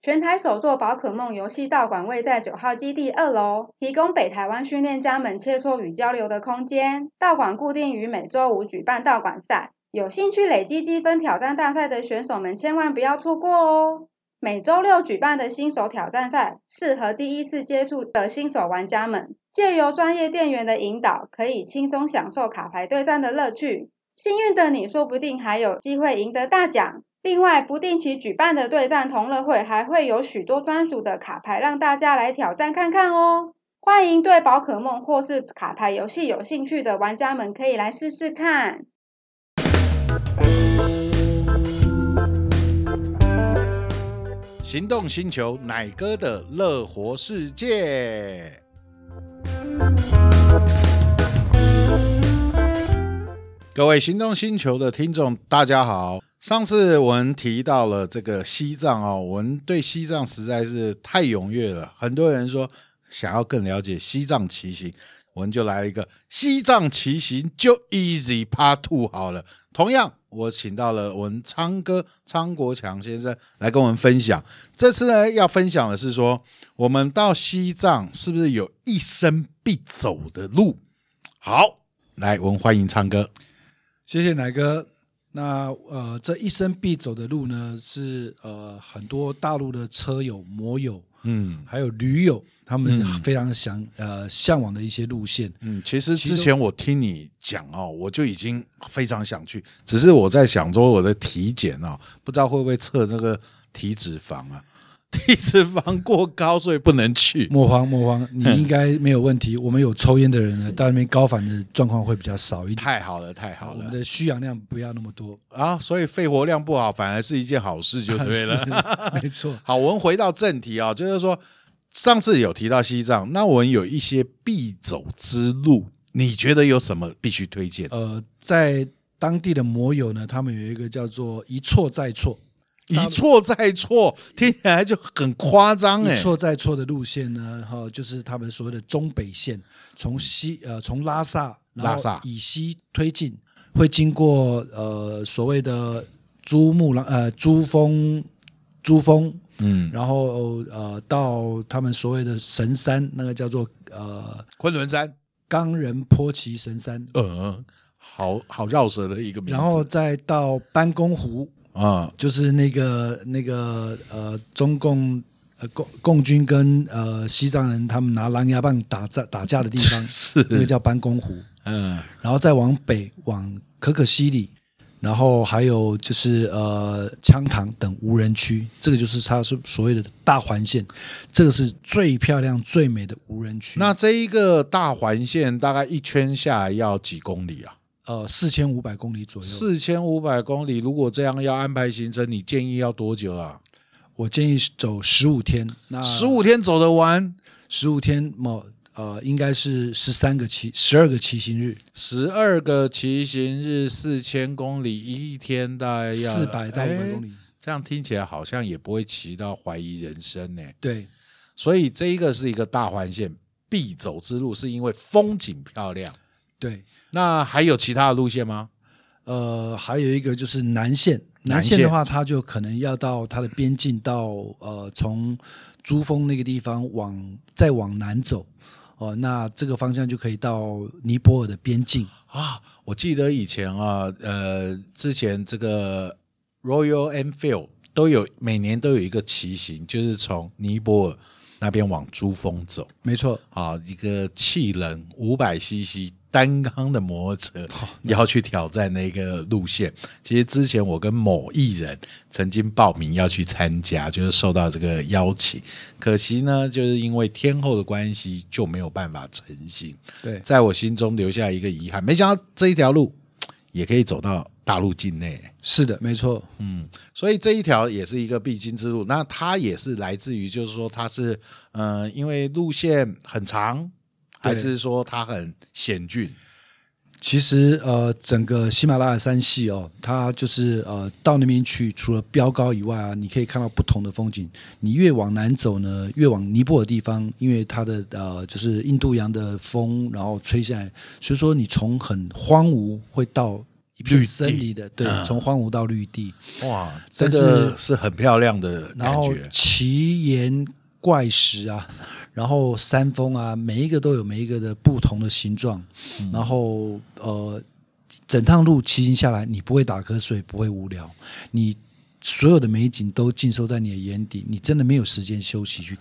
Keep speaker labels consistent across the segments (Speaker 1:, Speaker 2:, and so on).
Speaker 1: 全台首座宝可梦游戏道馆位在九号基地二楼，提供北台湾训练家们切磋与交流的空间。道馆固定于每周五举办道馆赛，有兴趣累积积分挑战大赛的选手们千万不要错过哦！每周六举办的新手挑战赛，适合第一次接触的新手玩家们。借由专业店员的引导，可以轻松享受卡牌对战的乐趣。幸运的你，说不定还有机会赢得大奖。另外，不定期举办的对战同乐会还会有许多专属的卡牌让大家来挑战看看哦。欢迎对宝可梦或是卡牌游戏有兴趣的玩家们可以来试试看。
Speaker 2: 行动星球奶哥的乐活世界。各位行动星球的听众，大家好。上次我们提到了这个西藏哦，我们对西藏实在是太踊跃了，很多人说想要更了解西藏骑行，我们就来一个西藏骑行就 Easy Part Two 好了。同样，我请到了我们昌哥昌国强先生来跟我们分享。这次呢，要分享的是说，我们到西藏是不是有一生必走的路？好，来，我们欢迎昌哥。
Speaker 3: 谢谢奶哥。那呃，这一生必走的路呢，是呃很多大陆的车友、摩友，
Speaker 2: 嗯
Speaker 3: 还有驴友，他们
Speaker 2: 嗯
Speaker 3: 非常想、呃向往的一些路线。
Speaker 2: 嗯，其实
Speaker 3: 其
Speaker 2: 之
Speaker 3: 中
Speaker 2: 前我听你讲哦，我就已经非常想去，只是我在想说我的体检哦，不知道会不会测这个体脂肪啊， 体脂肪过高，所以不能去。
Speaker 3: 莫慌莫 慌，你应该没有问题。我们有抽烟的人呢，到那边高反的状况会比较少一点。
Speaker 2: 太好了，太好
Speaker 3: 我
Speaker 2: 了
Speaker 3: 们的需氧量不要那么多。
Speaker 2: 啊！所以肺活量不好，反而是一件好事，就对 了。
Speaker 3: 了， 没错。
Speaker 2: 好，我们回到正题啊、就是说上次有提到西藏，那我们有一些必走之路，你觉得有什么必须推荐？
Speaker 3: 呃，在当地的摩友呢，他们有一个叫做“一错再错”，
Speaker 2: 一错再错，听起来就很夸张哎、
Speaker 3: 一错再错的路线呢，哈、就是他们所谓的中北线，从西呃从拉萨，然后
Speaker 2: 拉萨
Speaker 3: 以西推进，会经过呃所谓的珠穆朗呃珠峰珠峰，
Speaker 2: 嗯，
Speaker 3: 然后呃到他们所谓的神山，那个叫做呃
Speaker 2: 昆仑山，
Speaker 3: 冈仁波齐神山，
Speaker 2: 呃，好好绕舌的一个名字。
Speaker 3: 然后再到班公湖，
Speaker 2: 啊、，
Speaker 3: 就是那个那个呃，中共呃共共军跟呃西藏人他们拿狼牙棒打架打架的地 方
Speaker 2: 是
Speaker 3: 那个叫班公湖，
Speaker 2: 嗯，
Speaker 3: 然后再往北往可可西里，然后还有就是呃羌塘等无人区，这个就是它是所谓的大环线，这个是最漂亮最美的无人区。
Speaker 2: 那这一个大环线大概一圈下来要几公里啊？
Speaker 3: 呃四千五百公里左右，
Speaker 2: 四千五百公里，如果这样要安排行程，你建议要多久啊？
Speaker 3: 我建议走十五天，那
Speaker 2: 十五天走得完？
Speaker 3: 十五天某。呃，应该是十三个骑十二个骑行日，
Speaker 2: 十二个骑行日，四千公里，一天大概要
Speaker 3: 四百到五百公
Speaker 2: 哎
Speaker 3: 里。
Speaker 2: 这样听起来好像也不会骑到怀疑人生呢。
Speaker 3: 对，
Speaker 2: 所以这一个是一个大环线必走之路，是因为风景漂亮。
Speaker 3: 对，
Speaker 2: 那还有其他的路线吗？
Speaker 3: 呃，还有一个就是南线，
Speaker 2: 南
Speaker 3: 南线的
Speaker 2: 线
Speaker 3: 话，它就可能要到它的边境到，呃，从珠峰那个地方往再往南走，哦、那这个方向就可以到尼泊尔的边境。
Speaker 2: 啊，我记得以前啊，呃，之前这个 Royal Enfield 都有每年都有一个骑行，就是从尼泊尔那边往珠峰走。
Speaker 3: 没错，
Speaker 2: 啊，一个气冷五百 CC 单缸的摩托车，要去挑战那个路线。其实之前我跟某艺人曾经报名要去参加，就是受到这个邀请，可惜呢，就是因为天后的关系就没有办法成行，
Speaker 3: 对，
Speaker 2: 在我心中留下一个遗憾。没想到这一条路也可以走到大陆境内。
Speaker 3: 是的，没错，
Speaker 2: 所以这一条也是一个必经之路。那它也是来自于，就是说它是，嗯、因为路线很长，还
Speaker 3: 对
Speaker 2: 是说它很险峻？
Speaker 3: 其实呃，整个喜马拉雅山系哦，它就是呃，到那边去除了标高以外啊，你可以看到不同的风景。你越往南走呢，越往尼泊尔地方，因为它的呃就是印度洋的风，然后吹下来，所以说你从很荒芜会到。一
Speaker 2: 绿
Speaker 3: 片
Speaker 2: 地
Speaker 3: 森林的，对，从荒芜到绿地，
Speaker 2: 哇，这
Speaker 3: 但是
Speaker 2: 个是很漂亮的
Speaker 3: 然
Speaker 2: 感
Speaker 3: 后
Speaker 2: 觉，
Speaker 3: 奇岩怪石啊，然后山峰啊，每一个都有每一个的不同的形状，
Speaker 2: 嗯
Speaker 3: 然后呃，整趟路骑行下来，你不会打瞌睡，不会无聊，你所有的美景都尽收在你的眼底，你真的没有时间休息去。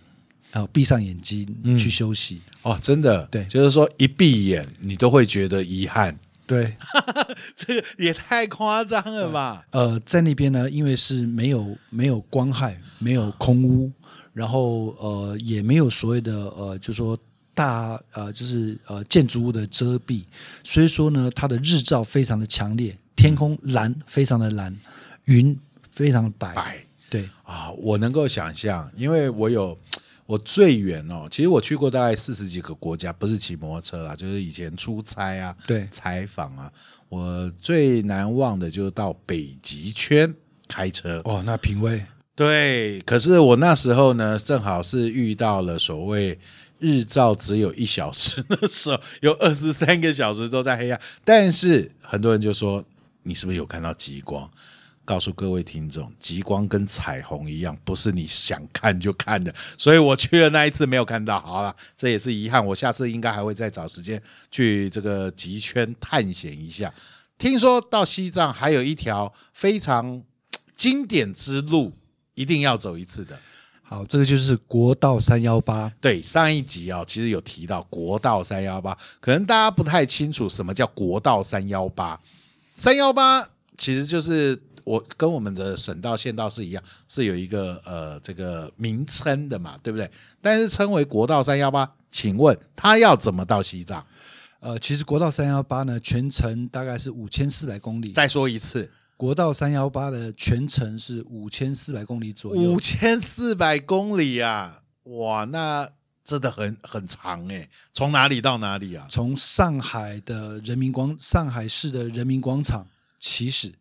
Speaker 3: 啊，闭上眼睛
Speaker 2: 嗯
Speaker 3: 去休息。
Speaker 2: 哦，真的，
Speaker 3: 对
Speaker 2: 就是说一闭眼你都会觉得遗憾，
Speaker 3: 对，
Speaker 2: 这个也太夸张了吧？
Speaker 3: 呃，在那边呢，因为是没有没有光害，没有空屋，然后呃也没有所谓的呃，就说大呃就是呃建筑物的遮蔽，所以说呢，它的日照非常的强烈，天空蓝非常的蓝，云非常白，
Speaker 2: 白
Speaker 3: 对，
Speaker 2: 啊，我能够想象，因为我有我最远哦，其实我去过大概四十几个国家，不是骑摩托车啦，就是以前出差啊，
Speaker 3: 对
Speaker 2: 采访啊，我最难忘的就是到北极圈开车。
Speaker 3: 哦，那品味，
Speaker 2: 对，可是我那时候呢，正好是遇到了所谓日照只有一小时那时候，有二十三个小时都在黑暗。但是很多人就说，你是不是有看到极光？告诉各位听众，极光跟彩虹一样，不是你想看就看的。所以我去了那一次没有看到，好了，这也是遗憾。我下次应该还会再找时间去这个极圈探险一下。听说到西藏还有一条非常经典之路，一定要走一次的。
Speaker 3: 好，这个就是国道三幺八，
Speaker 2: 对，上一集哦，其实有提到国道三幺八，可能大家不太清楚什么叫国道三幺八。三幺八其实就是我跟我们的省道、县道是一样，是有一个呃这个名称的嘛，对不对？但是称为国道三幺八，请问它要怎么到西藏？
Speaker 3: 呃，其实国道三幺八呢，全程大概是五千四百公里，
Speaker 2: 再说一次，
Speaker 3: 国道三幺八的全程是五千四百公里左右
Speaker 2: 五，千四百公里啊！哇，那真的很很长哎、从哪里到哪里啊？
Speaker 3: 从上海的人民广上海市的人民广场起始，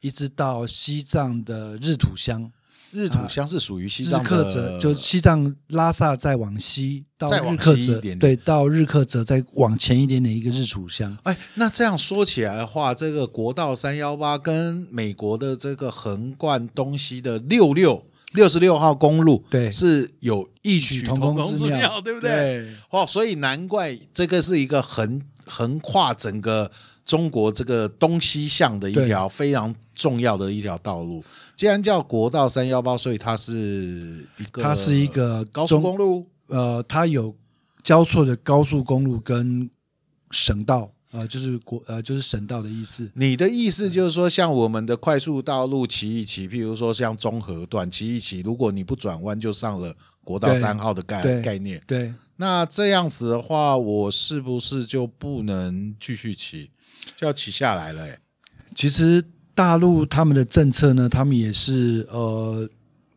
Speaker 3: 一直到西藏的日土乡，
Speaker 2: 日土乡是属于西
Speaker 3: 日
Speaker 2: 藏
Speaker 3: 喀
Speaker 2: 的
Speaker 3: 则就西藏拉萨再往西到
Speaker 2: 再
Speaker 3: 日
Speaker 2: 往西
Speaker 3: 喀
Speaker 2: 一点
Speaker 3: 则，
Speaker 2: 点
Speaker 3: 对，到日喀则再往前一点点一个日土乡。
Speaker 2: 哎，那这样说起来的话，这个国道三幺八跟美国的这个横贯东西的六六六十六号公路，
Speaker 3: 对
Speaker 2: 是有异曲
Speaker 3: 曲
Speaker 2: 同
Speaker 3: 同
Speaker 2: 工
Speaker 3: 工之
Speaker 2: 之
Speaker 3: 妙
Speaker 2: 妙，对不
Speaker 3: 对
Speaker 2: 哦，所以难怪这个是一个横横跨整个中国这个东西向的一
Speaker 3: 对
Speaker 2: 条非常重要的一条道路。既然叫国道三幺八，所以它是一个
Speaker 3: 它是一个
Speaker 2: 高速
Speaker 3: 中
Speaker 2: 公路，
Speaker 3: 呃，它有交错的高速公路跟省道，呃，就是国呃就是省道的意思。
Speaker 2: 你的意思就是说，像我们的快速道路骑一骑，譬如说像中和段骑一骑，如果你不转弯就上了国道
Speaker 3: 对
Speaker 2: 三号的概
Speaker 3: 对
Speaker 2: 概念。
Speaker 3: 对，
Speaker 2: 那这样子的话，我是不是就不能继续骑，就要骑下来了、欸？
Speaker 3: 其实大陆他们的政策呢，他们也是呃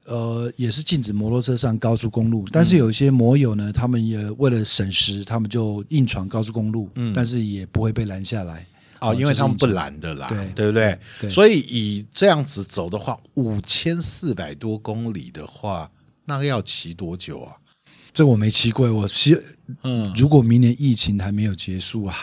Speaker 3: 呃也是禁止摩托车上高速公路，但是有一些摩友呢，他们也为了省时，他们就硬闯高速公路，但是也不会被拦下来。
Speaker 2: 哦，
Speaker 3: 哦
Speaker 2: 因为他们不拦的啦，
Speaker 3: 对
Speaker 2: 对不对？
Speaker 3: 对
Speaker 2: 所以以这样子走的话，五千四百多公里的话，那个要骑多久啊？
Speaker 3: 这我没骑过，我希
Speaker 2: 嗯，
Speaker 3: 如果明年疫情还没有结束啊，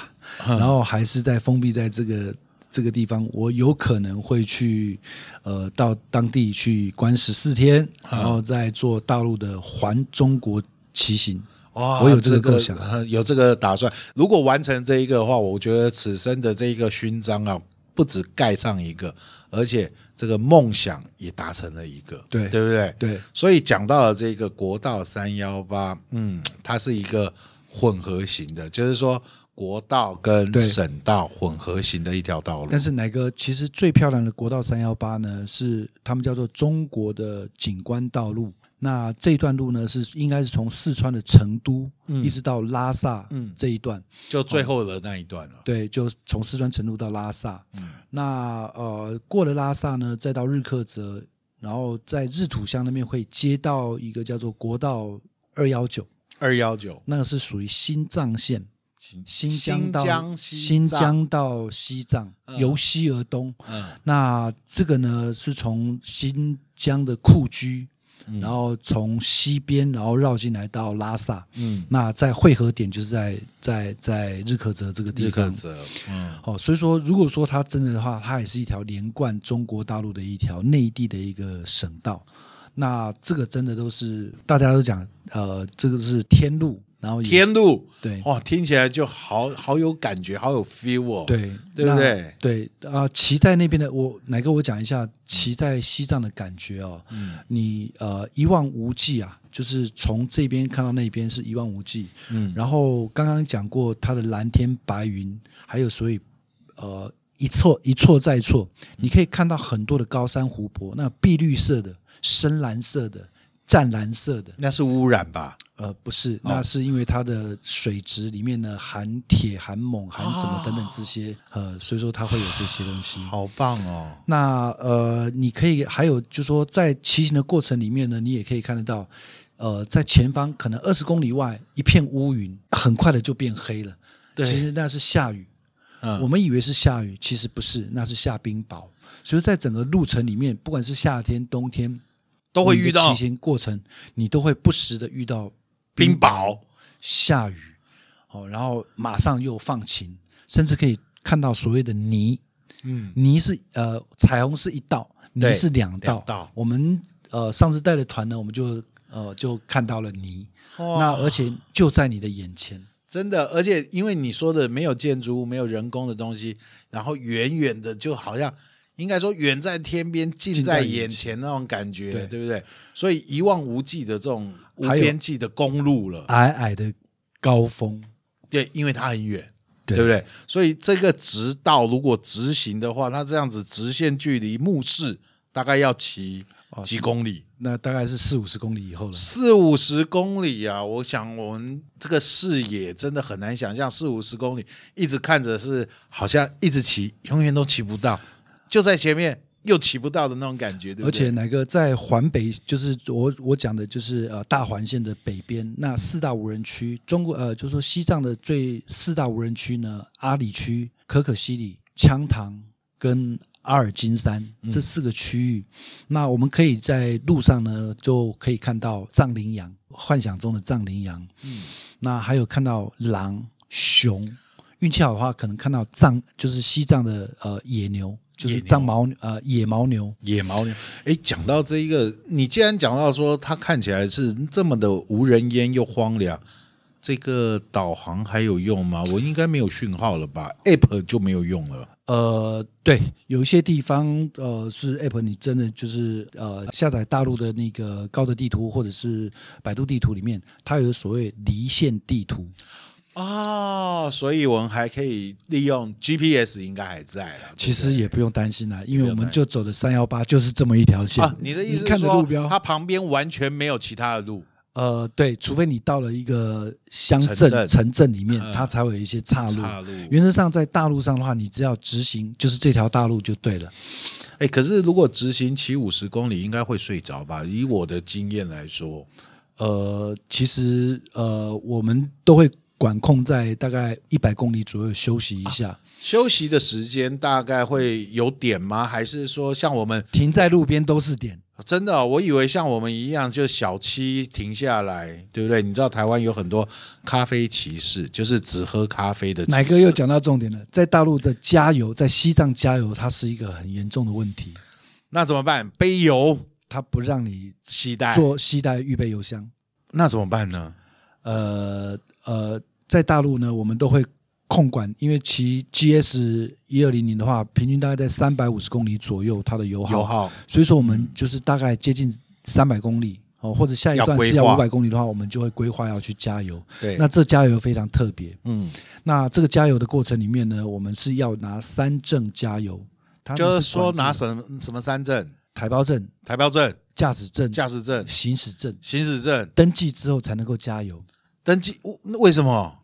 Speaker 3: 然后还是在封闭在这个。这个地方，我有可能会去，呃，到当地去关十四天，然后再做大陆的环中国骑行。
Speaker 2: 哇
Speaker 3: 我有这个构想
Speaker 2: 呃有这个打算。如果完成这一个的话，我觉得此生的这一个勋章啊，不止盖上一个，而且这个梦想也达成了一个，
Speaker 3: 对
Speaker 2: 对不对？
Speaker 3: 对，
Speaker 2: 所以讲到了这个国道三幺八，嗯，它是一个混合型的，就是说国道跟
Speaker 3: 对
Speaker 2: 省道混合型的一条道路
Speaker 3: 但。是奶哥，其实最漂亮的国道三幺八呢，是他们叫做中国的景观道路。那这一段路呢，是应该是从四川的成都、一直到拉萨
Speaker 2: 嗯
Speaker 3: 这一段，
Speaker 2: 就最后的那一段了。
Speaker 3: 对，就从四川成都到拉萨。
Speaker 2: 嗯
Speaker 3: 那呃，过了拉萨呢，再到日喀则，然后在日土乡那边会接到一个叫做国道二幺九，
Speaker 2: 二幺九，
Speaker 3: 那个是属于新藏线。新疆到
Speaker 2: 新疆西
Speaker 3: 新
Speaker 2: 藏
Speaker 3: 疆到西藏，由西而东，
Speaker 2: 嗯
Speaker 3: 那这个呢，是从新疆的库区
Speaker 2: 嗯
Speaker 3: 然后从西边，然后绕进来到拉萨，
Speaker 2: 嗯，
Speaker 3: 那在汇合点就是在在在日喀则这个地
Speaker 2: 日
Speaker 3: 方
Speaker 2: 喀。则，嗯
Speaker 3: 哦，所以说，如果说它真的的话，它也是一条连贯中国大陆的一条内地的一个省道。那这个真的都是大家都讲，呃，这个是天路，然后也是
Speaker 2: 天路，
Speaker 3: 对
Speaker 2: 哇，哦听起来就好好有感觉，好有 feel 哦。，
Speaker 3: 对
Speaker 2: 对不
Speaker 3: 那
Speaker 2: 对
Speaker 3: 对啊、骑在那边的我，奶哥，我讲一下骑在西藏的感觉哦。嗯，你呃一望无际啊，就是从这边看到那边是一望无际。
Speaker 2: 嗯，
Speaker 3: 然后刚刚讲过它的蓝天白云，还有所以呃一错一错再错，
Speaker 2: 嗯
Speaker 3: 你可以看到很多的高山湖泊，那碧绿色的、深蓝色的、湛蓝色的，
Speaker 2: 那是污染吧？
Speaker 3: 呃，不是，
Speaker 2: 哦
Speaker 3: 那是因为它的水质里面呢含铁、含锰、含什么等等这些，呃，所以说它会有这些东西。
Speaker 2: 哦好棒哦！
Speaker 3: 那呃，你可以还有就是说，在骑行的过程里面呢，你也可以看得到，呃，在前方可能二十公里外一片乌云，很快的就变黑了。
Speaker 2: 对
Speaker 3: 其实那是下雨，
Speaker 2: 嗯
Speaker 3: 我们以为是下雨，其实不是，那是下冰雹。所以在整个路程里面，不管是夏天、冬天，
Speaker 2: 都会遇到
Speaker 3: 你的骑行过程，你都会不时的遇到
Speaker 2: 冰雹、
Speaker 3: 下雨，哦，然后马上又放晴，甚至可以看到所谓的泥。
Speaker 2: 嗯，
Speaker 3: 泥是呃彩虹是一道，
Speaker 2: 对
Speaker 3: 泥是两道。
Speaker 2: 两道
Speaker 3: 我们呃上次带的团呢，我们就呃就看到了泥，那
Speaker 2: 哇，
Speaker 3: 而且就在你的眼前。
Speaker 2: 真的，而且因为你说的没有建筑物，没有人工的东西，然后远远的就好像。应该说远在天边，近
Speaker 3: 近
Speaker 2: 在
Speaker 3: 在
Speaker 2: 眼
Speaker 3: 眼
Speaker 2: 前那种感觉，
Speaker 3: 对
Speaker 2: 对不对？所以一望无际的这种无
Speaker 3: 还有
Speaker 2: 边际的公路了，
Speaker 3: 矮矮的高峰，
Speaker 2: 对，因为它很远，
Speaker 3: 对
Speaker 2: 不对？所以这个直道如果直行的话，它这样子直线距离目视大概要骑
Speaker 3: 哦
Speaker 2: 几公里，
Speaker 3: 那大概是四五十公里以后了。
Speaker 2: 四五十公里啊！我想我们这个视野真的很难想象，四五十公里一直看着是好像一直骑，永远都骑不到，就在前面又骑不到的那种感觉，对不
Speaker 3: 而
Speaker 2: 对？
Speaker 3: 且哪个在环北，就是我我讲的，就是呃大环线的北边那四大无人区，中国呃就是说西藏的最四大无人区呢，阿里区、可可西里、羌塘跟阿尔金山
Speaker 2: 嗯
Speaker 3: 这四个区域，那我们可以在路上呢就可以看到藏羚羊，幻想中的藏羚羊，嗯，那还有看到狼、熊，运气好的话可能看到藏就是西藏的呃野牛。就
Speaker 2: 野
Speaker 3: 是
Speaker 2: 牛
Speaker 3: 藏牦呃野牦牛，
Speaker 2: 野牦牛，哎，讲到这一个，你既然讲到说它看起来是这么的无人烟又荒凉，这个导航还有用吗？我应该没有讯号了吧？App 就没有用了。
Speaker 3: 呃，对，有一些地方呃是 App，你真的就是呃下载大陆的那个高德地图或者是百度地图里面，它有所谓离线地图。
Speaker 2: 哦，所以我们还可以利用 GPS，应该还在了。
Speaker 3: 其实也不用担心啦，因
Speaker 2: 不
Speaker 3: 为我
Speaker 2: 用
Speaker 3: 们
Speaker 2: 担
Speaker 3: 就走的三幺八就是这么一条线。
Speaker 2: 啊，你的意思
Speaker 3: 你
Speaker 2: 是
Speaker 3: 看着
Speaker 2: 说
Speaker 3: 路标
Speaker 2: 它，旁边完全没有其他的路？
Speaker 3: 呃，对，除非你到了一个乡
Speaker 2: 城镇
Speaker 3: 镇、城镇里面，
Speaker 2: 嗯
Speaker 3: 它才会有一些岔路。
Speaker 2: 岔路
Speaker 3: 原则上，在大陆上的话，你只要执行就是这条大路就对了。
Speaker 2: 哎，可是如果直行骑五十公里，应该会睡着吧？以我的经验来说，
Speaker 3: 呃，其实呃，我们都会管控在大概一百公里左右休息一下，
Speaker 2: 休息的时间大概会有点吗？还是说像我们
Speaker 3: 停在路边都是点。
Speaker 2: 真的哦、我以为像我们一样，就小七停下来，对不对？你知道台湾有很多咖啡骑士，就是只喝咖啡的骑士。
Speaker 3: 奶哥又讲到重点了，在大陆的加油，在西藏加油，它是一个很严重的问题，
Speaker 2: 那怎么办？背油
Speaker 3: 它不让你
Speaker 2: 携带，
Speaker 3: 做携带预备油箱。
Speaker 2: 那怎么办呢？
Speaker 3: 呃呃，在大陆呢，我们都会控管，因为其 GS 一二零零的话，平均大概在三百五十公里左右，它的油耗
Speaker 2: 油耗
Speaker 3: 所以说我们就是大概接近三百公里哦，或者下一
Speaker 2: 要
Speaker 3: 段
Speaker 2: 规
Speaker 3: 是要
Speaker 2: 划
Speaker 3: 五百公里的话，我们就会规划要去加油。
Speaker 2: 对，
Speaker 3: 那这加油非常特别。
Speaker 2: 嗯，
Speaker 3: 那这个加油的过程里面呢，我们是要拿三证加油，它
Speaker 2: 就
Speaker 3: 们
Speaker 2: 是说
Speaker 3: 管制
Speaker 2: 拿
Speaker 3: 的
Speaker 2: 什么什么三证：
Speaker 3: 台胞证、
Speaker 2: 台标证、
Speaker 3: 驾驶证、
Speaker 2: 驾驶证、
Speaker 3: 行驶证，
Speaker 2: 行驶证、
Speaker 3: 登记之后才能够加油。
Speaker 2: 登记。哦那为什么？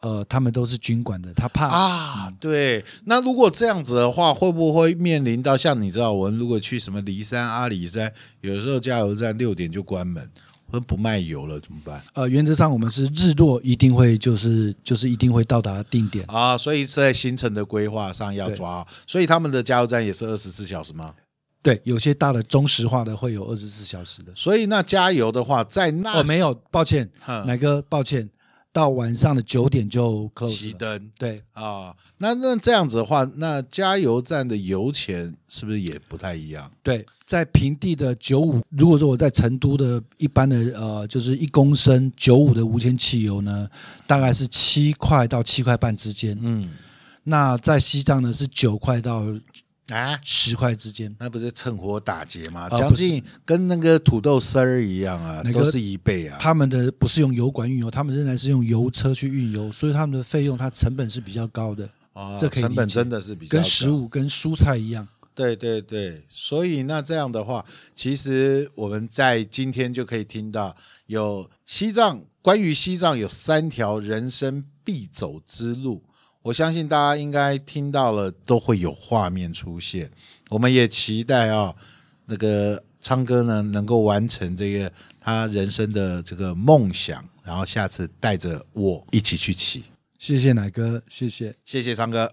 Speaker 3: 呃，他们都是军管的，他怕、
Speaker 2: 啊，对。那如果这样子的话，会不会面临到像你知道，我们如果去什么骊山、阿里山，有的时候加油站六点就关门，或者不卖油了，怎么办？
Speaker 3: 呃，原则上我们是日落一定会就是就是一定会到达定点。
Speaker 2: 啊，所以在行程的规划上要抓，所以他们的加油站也是二十四小时吗？
Speaker 3: 对，有些大的中石化的会有二十四小时的。
Speaker 2: 所以那加油的话，在那
Speaker 3: 哦，没有，抱歉，
Speaker 2: 嗯
Speaker 3: 奶哥，抱歉，到晚上的九点就
Speaker 2: 熄
Speaker 3: close 了。
Speaker 2: 灯
Speaker 3: 对，
Speaker 2: 啊、那那这样子的话，那加油站的油钱是不是也不太一样？
Speaker 3: 对，在平地的九五，如果说我在成都的一般的呃，就是一公升九五的无铅汽油呢，大概是七块到七块半之间。
Speaker 2: 嗯
Speaker 3: 那在西藏呢是九块到
Speaker 2: 啊，
Speaker 3: 十块之间。
Speaker 2: 那不是趁火打劫吗？
Speaker 3: 啊
Speaker 2: 将近跟那个土豆丝儿一样啊，
Speaker 3: 那个
Speaker 2: 都是一倍啊。
Speaker 3: 他们的不是用油管运油，他们仍然是用油车去运油，所以他们的费用它成本是比较高的，
Speaker 2: 哦
Speaker 3: 这可以理解
Speaker 2: 成本真的是比较
Speaker 3: 跟
Speaker 2: 高
Speaker 3: 食物跟蔬菜一样。
Speaker 2: 对对对，所以那这样的话，其实我们在今天就可以听到有西藏关于西藏有三条人生必走之路，我相信大家应该听到了都会有画面出现。我们也期待啊、那个昌哥呢能够完成这个他人生的这个梦想，然后下次带着我一起去骑。
Speaker 3: 谢谢奶哥，谢谢。
Speaker 2: 谢谢昌哥。